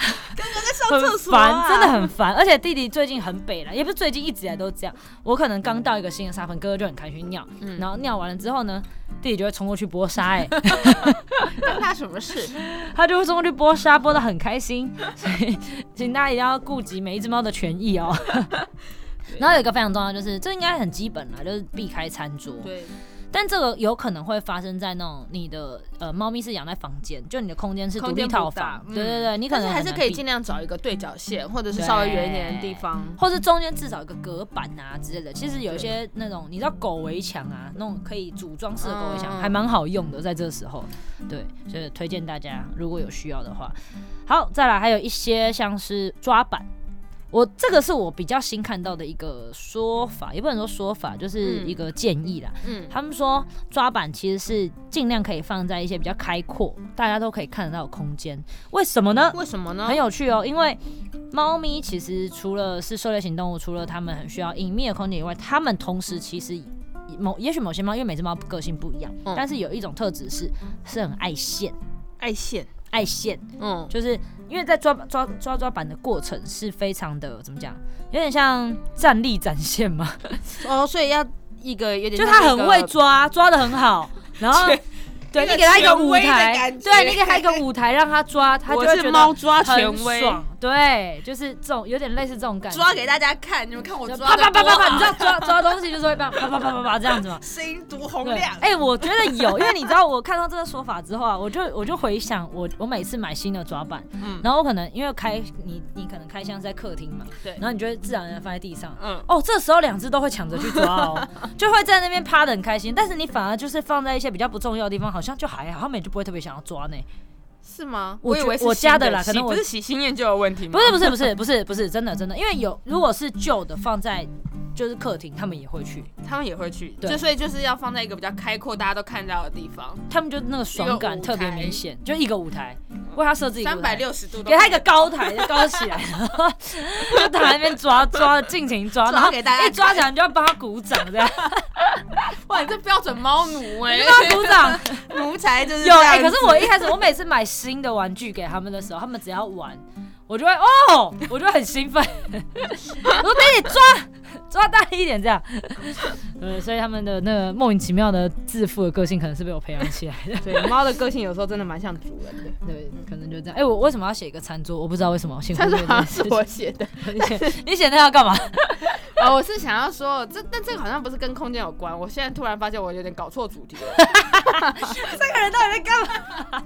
Speaker 2: 上厕
Speaker 1: 很
Speaker 2: 所啊
Speaker 1: 烦，真的很烦。而且弟弟最近很北了，也不是最近一直以来都这样。我可能刚到一个新的沙盆，哥哥就很开心尿，
Speaker 2: 嗯
Speaker 1: 然后尿完了之后呢，弟弟就会冲过去拨沙、欸，哎，
Speaker 2: 关他什么事？
Speaker 1: 他就会冲过去拨沙，拨的很开心。 所以，请大家一定要顾及每一只猫的权益哦。然后有一个非常重要，就是这应该很基本啦，就是避开餐桌。
Speaker 2: 对，
Speaker 1: 但这个有可能会发生在那种你的呃，猫咪是养在房间，就你的空间是独
Speaker 2: 空
Speaker 1: 立
Speaker 2: 间
Speaker 1: 套
Speaker 2: 不大
Speaker 1: 房，
Speaker 2: 嗯
Speaker 1: 对对对，你可
Speaker 2: 但是
Speaker 1: 能
Speaker 2: 还是可以
Speaker 1: 进，
Speaker 2: 尽量找一个对角线，或者是稍微远一点的地方。
Speaker 1: 或是中间至少有个隔板啊之类的。其实有一些那种你知道狗围墙啊，那种可以组装式的狗围墙、
Speaker 2: 嗯
Speaker 1: 还蛮好用的，在这时候，对，所以推荐大家如果有需要的话。好，再来还有一些像是抓板。我这个是我比较新看到的一个说法，也不能说说法，就是
Speaker 2: 嗯
Speaker 1: 一个建议啦。
Speaker 2: 嗯，
Speaker 1: 他们说抓板其实是尽量可以放在一些比较开阔，大家都可以看得到的空间。为什么呢？
Speaker 2: 为什么呢
Speaker 1: 很？有趣哦，因为猫咪其实除了是狩猎型动物，除了它们很需要隐秘的空间以外，它们同时其实某也许某些猫，因为每只猫个性不一样，
Speaker 2: 嗯
Speaker 1: 但是有一种特质是是很爱线，
Speaker 2: 爱线，
Speaker 1: 爱线，
Speaker 2: 嗯，
Speaker 1: 就是因为在抓抓抓抓板的过程是非常的怎么讲，有点像站立展现嘛，
Speaker 2: 哦，所以要一个有点
Speaker 1: 就
Speaker 2: 像
Speaker 1: 他
Speaker 2: 那
Speaker 1: 很
Speaker 2: 个
Speaker 1: 会抓，抓的很 好，然后
Speaker 2: 权
Speaker 1: 对
Speaker 2: 一个
Speaker 1: 你给他一个
Speaker 2: 权
Speaker 1: 舞
Speaker 2: 威的
Speaker 1: 台，
Speaker 2: 感觉
Speaker 1: 对你给他一个舞台让他抓，他就
Speaker 2: 我
Speaker 1: 会觉
Speaker 2: 是
Speaker 1: 得
Speaker 2: 猫抓权
Speaker 1: 很
Speaker 2: 威，
Speaker 1: 爽，对，就是这种有点类似这种感觉，
Speaker 2: 抓给大家看，你们看我
Speaker 1: 就
Speaker 2: 抓
Speaker 1: 啪
Speaker 2: 的
Speaker 1: 啪啪
Speaker 2: 多
Speaker 1: 啪啪，
Speaker 2: 好
Speaker 1: 你知道抓抓东西就是会啪啪啪啪啪啪这样子吗？
Speaker 2: 声音多 洪
Speaker 1: 对，
Speaker 2: 亮。
Speaker 1: 哎、我觉得有，因为你知道，我看到这个说法之后啊，我就我就回想我我每次买新的抓板，
Speaker 2: 嗯
Speaker 1: 然后我可能因为开你你可能开箱是在客厅嘛，
Speaker 2: 对
Speaker 1: 然后你就会自然而然放在地上。
Speaker 2: 嗯，
Speaker 1: 哦，这时候两只都会抢着去抓 哦，就会在那边趴的很开心，但是你反而就是放在一些比较不重要的地方，好像就还好，他们也就不会特别想要抓呢。
Speaker 2: 是吗？
Speaker 1: 我
Speaker 2: 以
Speaker 1: 觉
Speaker 2: 为是
Speaker 1: 我
Speaker 2: 新
Speaker 1: 家的啦可
Speaker 2: 洗
Speaker 1: 能我
Speaker 2: 不是洗心液就有问题吗？
Speaker 1: 不是不是不是不是不是真的真的，因为有如果是旧的放在就是客厅，他们也会去，
Speaker 2: 他们也会去，
Speaker 1: 对
Speaker 2: 就所以就是要放在一个比较开阔、大家都看到的地方，
Speaker 1: 他们就那个爽感
Speaker 2: 一个舞
Speaker 1: 特别
Speaker 2: 台
Speaker 1: 明显，就一个舞台为他设置一个
Speaker 2: 三
Speaker 1: 舞台
Speaker 2: 百六十度都
Speaker 1: 给他一个高台，就高起来，然后 就躺在那边 抓抓，尽情抓，
Speaker 2: 抓
Speaker 1: 然后
Speaker 2: 给大家
Speaker 1: 一抓起来你就要帮他鼓掌，这 样
Speaker 2: 哇，你这标准猫奴哎、
Speaker 1: 帮他鼓掌。
Speaker 2: 奴才就是
Speaker 1: 有哎、
Speaker 2: 哎、
Speaker 1: 可是我一开始我每次买新的玩具给他们的时候，他们只要玩，我就会哦，我就很兴奋， 我说给你抓抓大力一点这样。呃，所以他们的那个莫名其妙的自负的个性，可能是被我培养起来的。
Speaker 2: 对猫的个性有时候真的蛮像主人的。
Speaker 1: 对，可能就这样。哎、我为什么要写一个餐桌？我不知道为什么。幸
Speaker 2: 他
Speaker 1: 亏
Speaker 2: 说
Speaker 1: 没有
Speaker 2: 好像
Speaker 1: 这
Speaker 2: 是
Speaker 1: 件事
Speaker 2: 我写的，
Speaker 1: 你写你写那要干嘛？
Speaker 2: 啊，我是想要说，这但这个好像不是跟空间有关。我现在突然发现我有点搞错主题了。
Speaker 1: 这个人到底在干嘛？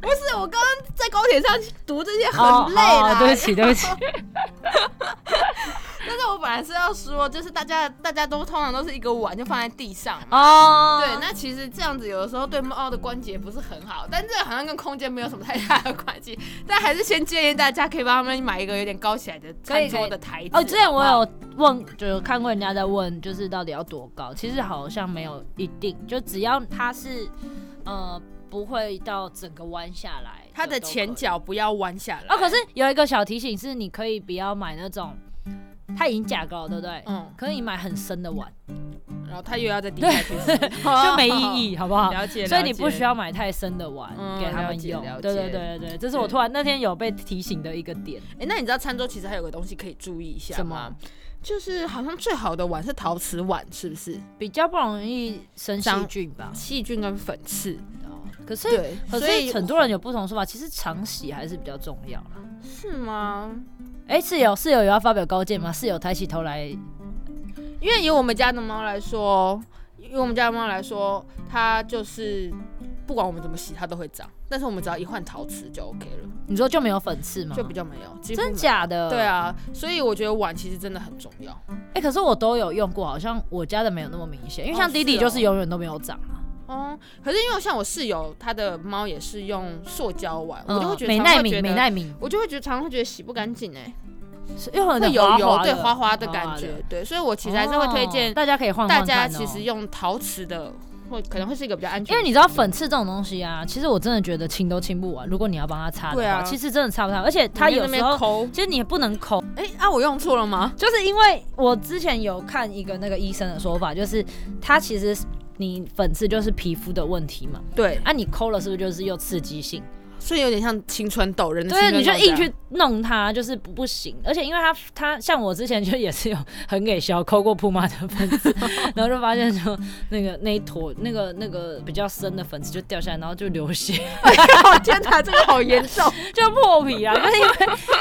Speaker 2: 不是，我刚刚在高铁上读这些
Speaker 1: 哦
Speaker 2: 很累啦。
Speaker 1: 哦对不起，对不起。
Speaker 2: 但但是我本来是要说，就是大家大家都通常都是一个碗就放在地上嘛。
Speaker 1: 哦，
Speaker 2: 对，那其实这样子有的时候对猫的关节不是很好，但这好像跟空间没有什么太大的关系。但还是先建议大家可以帮他们买一个有点高起来的
Speaker 1: 可以
Speaker 2: 餐桌的台子。
Speaker 1: 哦，之前我
Speaker 2: 好不好
Speaker 1: 有问，就有看过人家在问，就是到底要多高？其实好像没有一定，就只要它是呃不会到整个弯下来，
Speaker 2: 它的
Speaker 1: 都可以
Speaker 2: 前脚不要弯下来。
Speaker 1: 哦，可是有一个小提醒是，你可以不要买那种它已经架高了，对不对？
Speaker 2: 嗯，
Speaker 1: 可以买很深的碗，
Speaker 2: 然后它又要在底下去吃，
Speaker 1: 就
Speaker 2: 就
Speaker 1: 没意义，好不好？
Speaker 2: 了解，
Speaker 1: 所以你不需
Speaker 2: 要。
Speaker 1: 要买太深的碗
Speaker 2: 嗯
Speaker 1: 给他
Speaker 2: 了
Speaker 1: 们
Speaker 2: 解
Speaker 1: 用
Speaker 2: 了。
Speaker 1: 对对
Speaker 2: 解
Speaker 1: 对对对，这是我突然那天有被提醒的一个点。
Speaker 2: 哎、那你知道餐桌其实还有个东西可以注意一下
Speaker 1: 什
Speaker 2: 吗
Speaker 1: 么？
Speaker 2: 就是好像最好的碗是陶瓷碗，是不是？
Speaker 1: 比较不容易生细
Speaker 2: 长
Speaker 1: 菌吧，
Speaker 2: 细菌跟粉刺，
Speaker 1: 嗯可是
Speaker 2: 对，
Speaker 1: 可
Speaker 2: 所以
Speaker 1: 是很多人有不同说法，其实常洗还是比较重要啦。
Speaker 2: 是吗？
Speaker 1: 哎、室友室友有要发表高见吗？室友抬起头来，
Speaker 2: 因为以我们家的猫来说，以我们家的猫来说，它就是不管我们怎么洗，它都会长。但是我们只要一换陶瓷就 OK 了，
Speaker 1: 你说就没有粉刺吗？
Speaker 2: 就比较没有，几乎
Speaker 1: 嗯
Speaker 2: 没
Speaker 1: 真
Speaker 2: 有？
Speaker 1: 假的？
Speaker 2: 对。啊，所以我觉得碗其实真的很重要。
Speaker 1: 哎、可是我都有用过，好像我家的没有那么明显，因为
Speaker 2: 哦
Speaker 1: 像弟弟
Speaker 2: 是哦
Speaker 1: 就是永远都没有长啊。
Speaker 2: 哦，可是因为像我室友，他的猫也是用塑胶碗，我就会觉得
Speaker 1: 嗯美
Speaker 2: 常
Speaker 1: 耐
Speaker 2: 常会
Speaker 1: 敏，
Speaker 2: 觉
Speaker 1: 美
Speaker 2: 得
Speaker 1: 耐敏，
Speaker 2: 我就会觉得常常会觉得洗不干净哎，
Speaker 1: 是又很
Speaker 2: 会有
Speaker 1: 哦滑
Speaker 2: 油
Speaker 1: 滑
Speaker 2: 对
Speaker 1: 的
Speaker 2: 滑滑的感
Speaker 1: 滑
Speaker 2: 觉
Speaker 1: 的，
Speaker 2: 对，所以我其实还是会推
Speaker 1: 哦
Speaker 2: 荐
Speaker 1: 大家可以换换
Speaker 2: 大
Speaker 1: 看哦、
Speaker 2: 家其实用陶瓷的，会可能会是一个比较安全
Speaker 1: 因为
Speaker 2: 的。
Speaker 1: 你知道粉刺这种东西啊，其实我真的觉得清都清不完。如果你要帮它擦的
Speaker 2: 对
Speaker 1: 话，
Speaker 2: 啊
Speaker 1: 其实真的擦不擦，而且它有
Speaker 2: 那
Speaker 1: 时
Speaker 2: 边
Speaker 1: 候
Speaker 2: 抠，
Speaker 1: 其实你也不能抠，
Speaker 2: 哎、啊，我用错了吗？
Speaker 1: 就是因为我之前有看一个那个医生的说法，就是它其实你粉刺就是皮肤的问题嘛，
Speaker 2: 对，
Speaker 1: 啊你抠了是不是就是又刺激性？
Speaker 2: 所以有点像青春痘，人的
Speaker 1: 对，你
Speaker 2: 青
Speaker 1: 就硬
Speaker 2: 春痘 这样
Speaker 1: 去弄它就是不不行，而且因为它它像我之前就也是有 很给削抠过铺妈的粉刺，然后就发现说那个那一坨那个那个比较深的粉刺就掉下来，然后就流血，
Speaker 2: 哦天哪，这个好严重，
Speaker 1: 就破皮啊，就是因为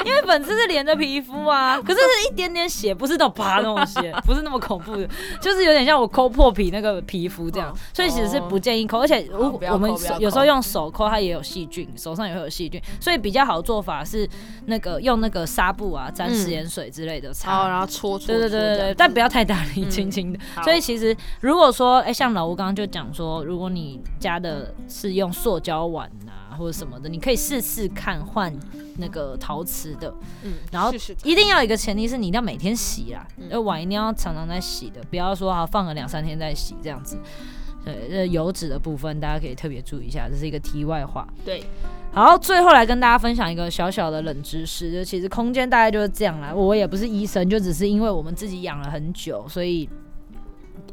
Speaker 1: 因为粉刺是连着皮肤啊，可是是一点点血，不是那种啪那种血，不是那么恐怖的，就是有点像我抠破皮那个皮肤这样
Speaker 2: 哦，
Speaker 1: 所以其实是不建议抠，而且如
Speaker 2: 好不
Speaker 1: 果
Speaker 2: 要抠
Speaker 1: 我们
Speaker 2: 不要
Speaker 1: 手
Speaker 2: 抠
Speaker 1: 有时候用手抠，它也有细菌，手上也会有细菌，所以比较好的做法是那个用那个纱布啊沾
Speaker 2: 嗯
Speaker 1: 食盐水之类的
Speaker 2: 哦，
Speaker 1: 擦。
Speaker 2: 然后搓搓，
Speaker 1: 对对对对对，但不要太大力，
Speaker 2: 嗯
Speaker 1: 轻轻的。
Speaker 2: 好
Speaker 1: 所以其实如果说，哎、像老吴刚刚就讲说，如果你家的是用塑胶碗啊或者什么的，你可以试试看换那个陶瓷的，
Speaker 2: 嗯，
Speaker 1: 然后
Speaker 2: 试试看
Speaker 1: 一定要有一个前提是你一定要每天洗啦
Speaker 2: 嗯，
Speaker 1: 呃、碗一定要常常在洗的，不要说好啊放个两三天再洗这样子。对，这油脂的部分大家可以特别注意一下，这是一个题外话。
Speaker 2: 对，
Speaker 1: 好，最后来跟大家分享一个小小的冷知识，就其实空间大概就是这样啦。我也不是医生，就只是因为我们自己养了很久，所以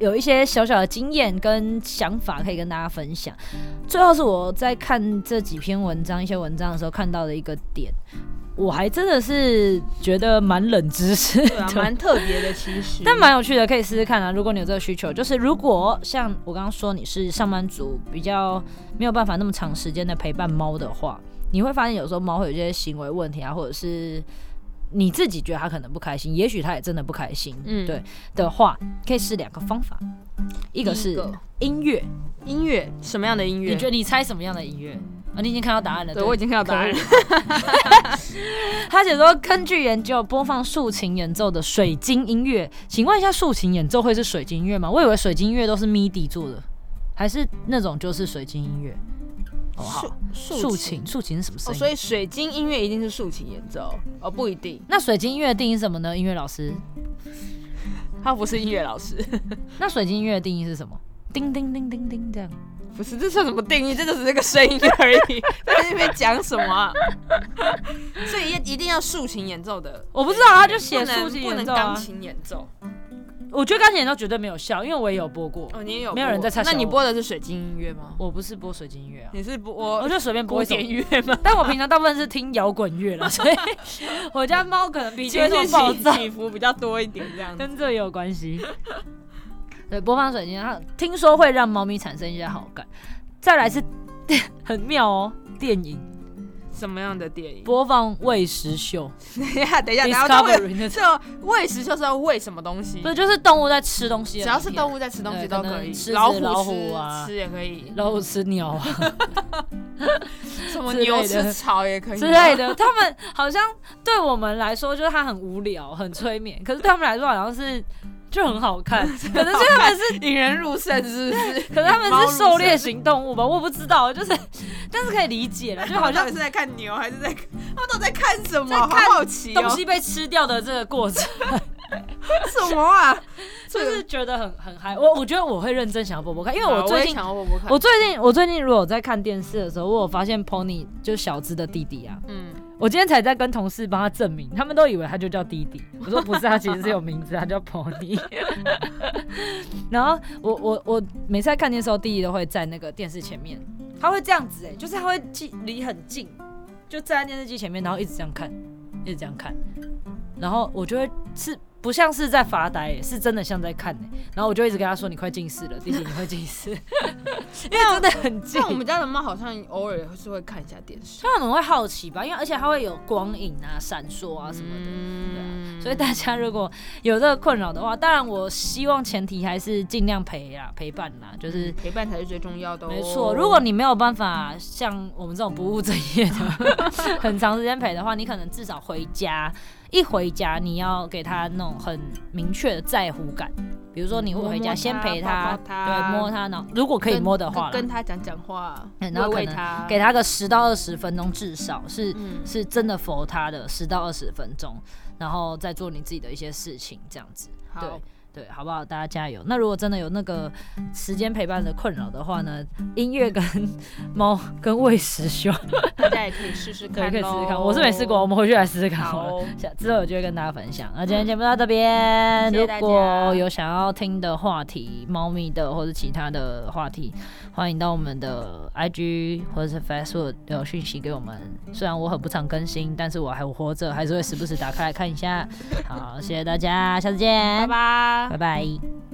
Speaker 1: 有一些小小的经验跟想法可以跟大家分享。最后是我在看这几篇文章、一些文章的时候看到的一个点，我还真的是觉得蛮冷知识
Speaker 2: 对啊，
Speaker 1: 的
Speaker 2: 蛮特别的其 实，
Speaker 1: 但蛮有趣的，可以试试看啊。如果你有这个需求，就是如果像我刚刚说你是上班族，比较没有办法那么长时间的陪伴猫的话，你会发现有时候猫会有一些行为问题啊，或者是你自己觉得它可能不开心，也许它也真的不开心，
Speaker 2: 嗯
Speaker 1: 对的话，可以试两个方法，一个
Speaker 2: 第一
Speaker 1: 是
Speaker 2: 个
Speaker 1: 音乐，
Speaker 2: 音乐什么样的音乐？
Speaker 1: 你觉得你猜什么样的音乐？啊，你已经看到答案了，
Speaker 2: 对我已经看到答案了，
Speaker 1: 他写说，根据研究，播放竖琴演奏的水晶音乐，请问一下，竖琴演奏会是水晶音乐吗？我以为水晶音乐都是 MIDI 做的，还是那种就是水晶音乐？哦，好，
Speaker 2: 竖
Speaker 1: 竖琴，竖琴是什么声
Speaker 2: 哦，
Speaker 1: 音？
Speaker 2: 所以水晶音乐一定是竖琴演奏哦，不一定，
Speaker 1: 那水晶音乐的定义是什么呢？音乐老师，
Speaker 2: 他不是音乐老师，
Speaker 1: 那水晶音乐的定义是什么？叮叮叮叮叮，这样。
Speaker 2: 不是，这算什么定义？这就只是个声音而已， 在那边讲什么、啊？ 所以一一定要竖琴演奏的，
Speaker 1: 我不知道，他就
Speaker 2: 不
Speaker 1: 写竖
Speaker 2: 能
Speaker 1: 琴
Speaker 2: 不能
Speaker 1: 演奏
Speaker 2: 钢
Speaker 1: 啊。
Speaker 2: 琴演奏。
Speaker 1: 我觉得钢琴演奏绝对没有效，因为我也有播过，
Speaker 2: 哦，你也有播，
Speaker 1: 没有人在嘲笑
Speaker 2: 那
Speaker 1: 我
Speaker 2: 你播的是水晶音乐吗？哦
Speaker 1: 我不是播水晶音乐啊，
Speaker 2: 你是播
Speaker 1: 我就随便播
Speaker 2: 古
Speaker 1: 一首
Speaker 2: 典乐 吗？
Speaker 1: 但我平常大部分是听摇滚乐啦， 所以我家猫可能比较那种暴躁，
Speaker 2: 起伏比较多一点，这样子。
Speaker 1: 跟这也有关系。对，播放水晶，它听说会让猫咪产生一些好感。再来是 很妙哦，电影
Speaker 2: 什么样的电影？
Speaker 1: 播放喂食秀
Speaker 2: 等一下，等一下，啊然后喂
Speaker 1: ，Discovery 那种，
Speaker 2: 这喂食就是要喂什么东西
Speaker 1: 不？是就是动物在吃东西的
Speaker 2: 只
Speaker 1: 影片，
Speaker 2: 要是动物在吃东西
Speaker 1: 对可
Speaker 2: 都
Speaker 1: 能
Speaker 2: 可以
Speaker 1: 狮，子
Speaker 2: 老虎
Speaker 1: 老
Speaker 2: 吃
Speaker 1: 虎啊
Speaker 2: 吃也可以，
Speaker 1: 然后吃鸟啊，
Speaker 2: 什么
Speaker 1: 之类
Speaker 2: 牛
Speaker 1: 的
Speaker 2: 吃草也可以啊
Speaker 1: 之 类的，他们好像对我们来说就是它很无聊、很催眠，可是对他们来说好像是就很好 看，可能是他们是，
Speaker 2: 引人入胜，是不是？
Speaker 1: 可是他
Speaker 2: 猫
Speaker 1: 们
Speaker 2: 入
Speaker 1: 是狩猎
Speaker 2: 胜
Speaker 1: 型动物吧？
Speaker 2: 嗯
Speaker 1: 我不知道，就是但是可以理解了，就 好像
Speaker 2: 是在看牛，还是在看他们到底在看什么？
Speaker 1: 在看
Speaker 2: 好好奇哦
Speaker 1: 东西被吃掉的这个过 程，
Speaker 2: 什么啊？
Speaker 1: 就
Speaker 2: 这个
Speaker 1: 是觉得很很嗨。我我觉得我会认真想要播播看，因为我最近
Speaker 2: 好我也想要播播看，
Speaker 1: 我最近我最近如果有在看电视的时候，我有发现 Pony 就是小资的弟弟啊，
Speaker 2: 嗯，
Speaker 1: 我今天才在跟同事帮他证明，他们都以为他就叫弟弟。我说不是，他其实是有名字，他叫 Pony。然后我我我每次在看电视的时候，弟弟都会在那个电视前面，他会这样子哎、就是他会近离很近，就站在电视机前面，然后一直这样看，一直这样看，然后我就会是。不像是在发呆、欸，是真的像在看、欸、然后我就一直跟他说：“你快近视了，弟弟，你会近视， 因为真的很近。”
Speaker 2: 像我们家的猫好像偶尔是会看一下电视，
Speaker 1: 他可能会好奇吧，因为而且它会有光影啊、闪烁啊什么的。啊
Speaker 2: 嗯，
Speaker 1: 所以大家如果有这个困扰的话，当然我希望前提还是尽量陪啦、陪伴啦，就是。
Speaker 2: 陪伴才是最重要的哦。
Speaker 1: 没错，如果你没有办法像我们这种不务正业的，很长时间陪的话，你可能至少回家，一回家你要给他那种很明确的在乎感，比如说你会回
Speaker 2: 摸摸
Speaker 1: 家
Speaker 2: 它
Speaker 1: 先陪
Speaker 2: 抱
Speaker 1: 他，
Speaker 2: 抱它
Speaker 1: 对，摸他呢，如果可以
Speaker 2: 跟
Speaker 1: 摸的话啦，
Speaker 2: 跟跟他讲讲话，
Speaker 1: 嗯然后可
Speaker 2: 喂
Speaker 1: 能
Speaker 2: 他，
Speaker 1: 给他个十到二十分钟，至少是、
Speaker 2: 嗯
Speaker 1: 是真的服他的十到二十分钟，然后再做你自己的一些事情，这样子，
Speaker 2: 好
Speaker 1: 对。对，好不好？大家加油。那如果真的有那个时间陪伴的困扰的话呢，音乐跟 猫跟喂食需要，
Speaker 2: 大家也可以试 试
Speaker 1: 对，
Speaker 2: 看，
Speaker 1: 可以试试看。我是没试过，我。们回去来试试看好了。
Speaker 2: 好，
Speaker 1: 下之后有机会跟大家分享。那今天节目到这边，
Speaker 2: 嗯谢谢大家
Speaker 1: 如果有想要听的话题，猫咪的或者其他的话题，欢迎到我们的 IG 或者是 Facebook 有讯息给我们。虽然我很不常更新，但是我还活着，还是会时不时打开来看一下。好，谢谢大家，下次见，
Speaker 2: 拜拜
Speaker 1: 拜。拜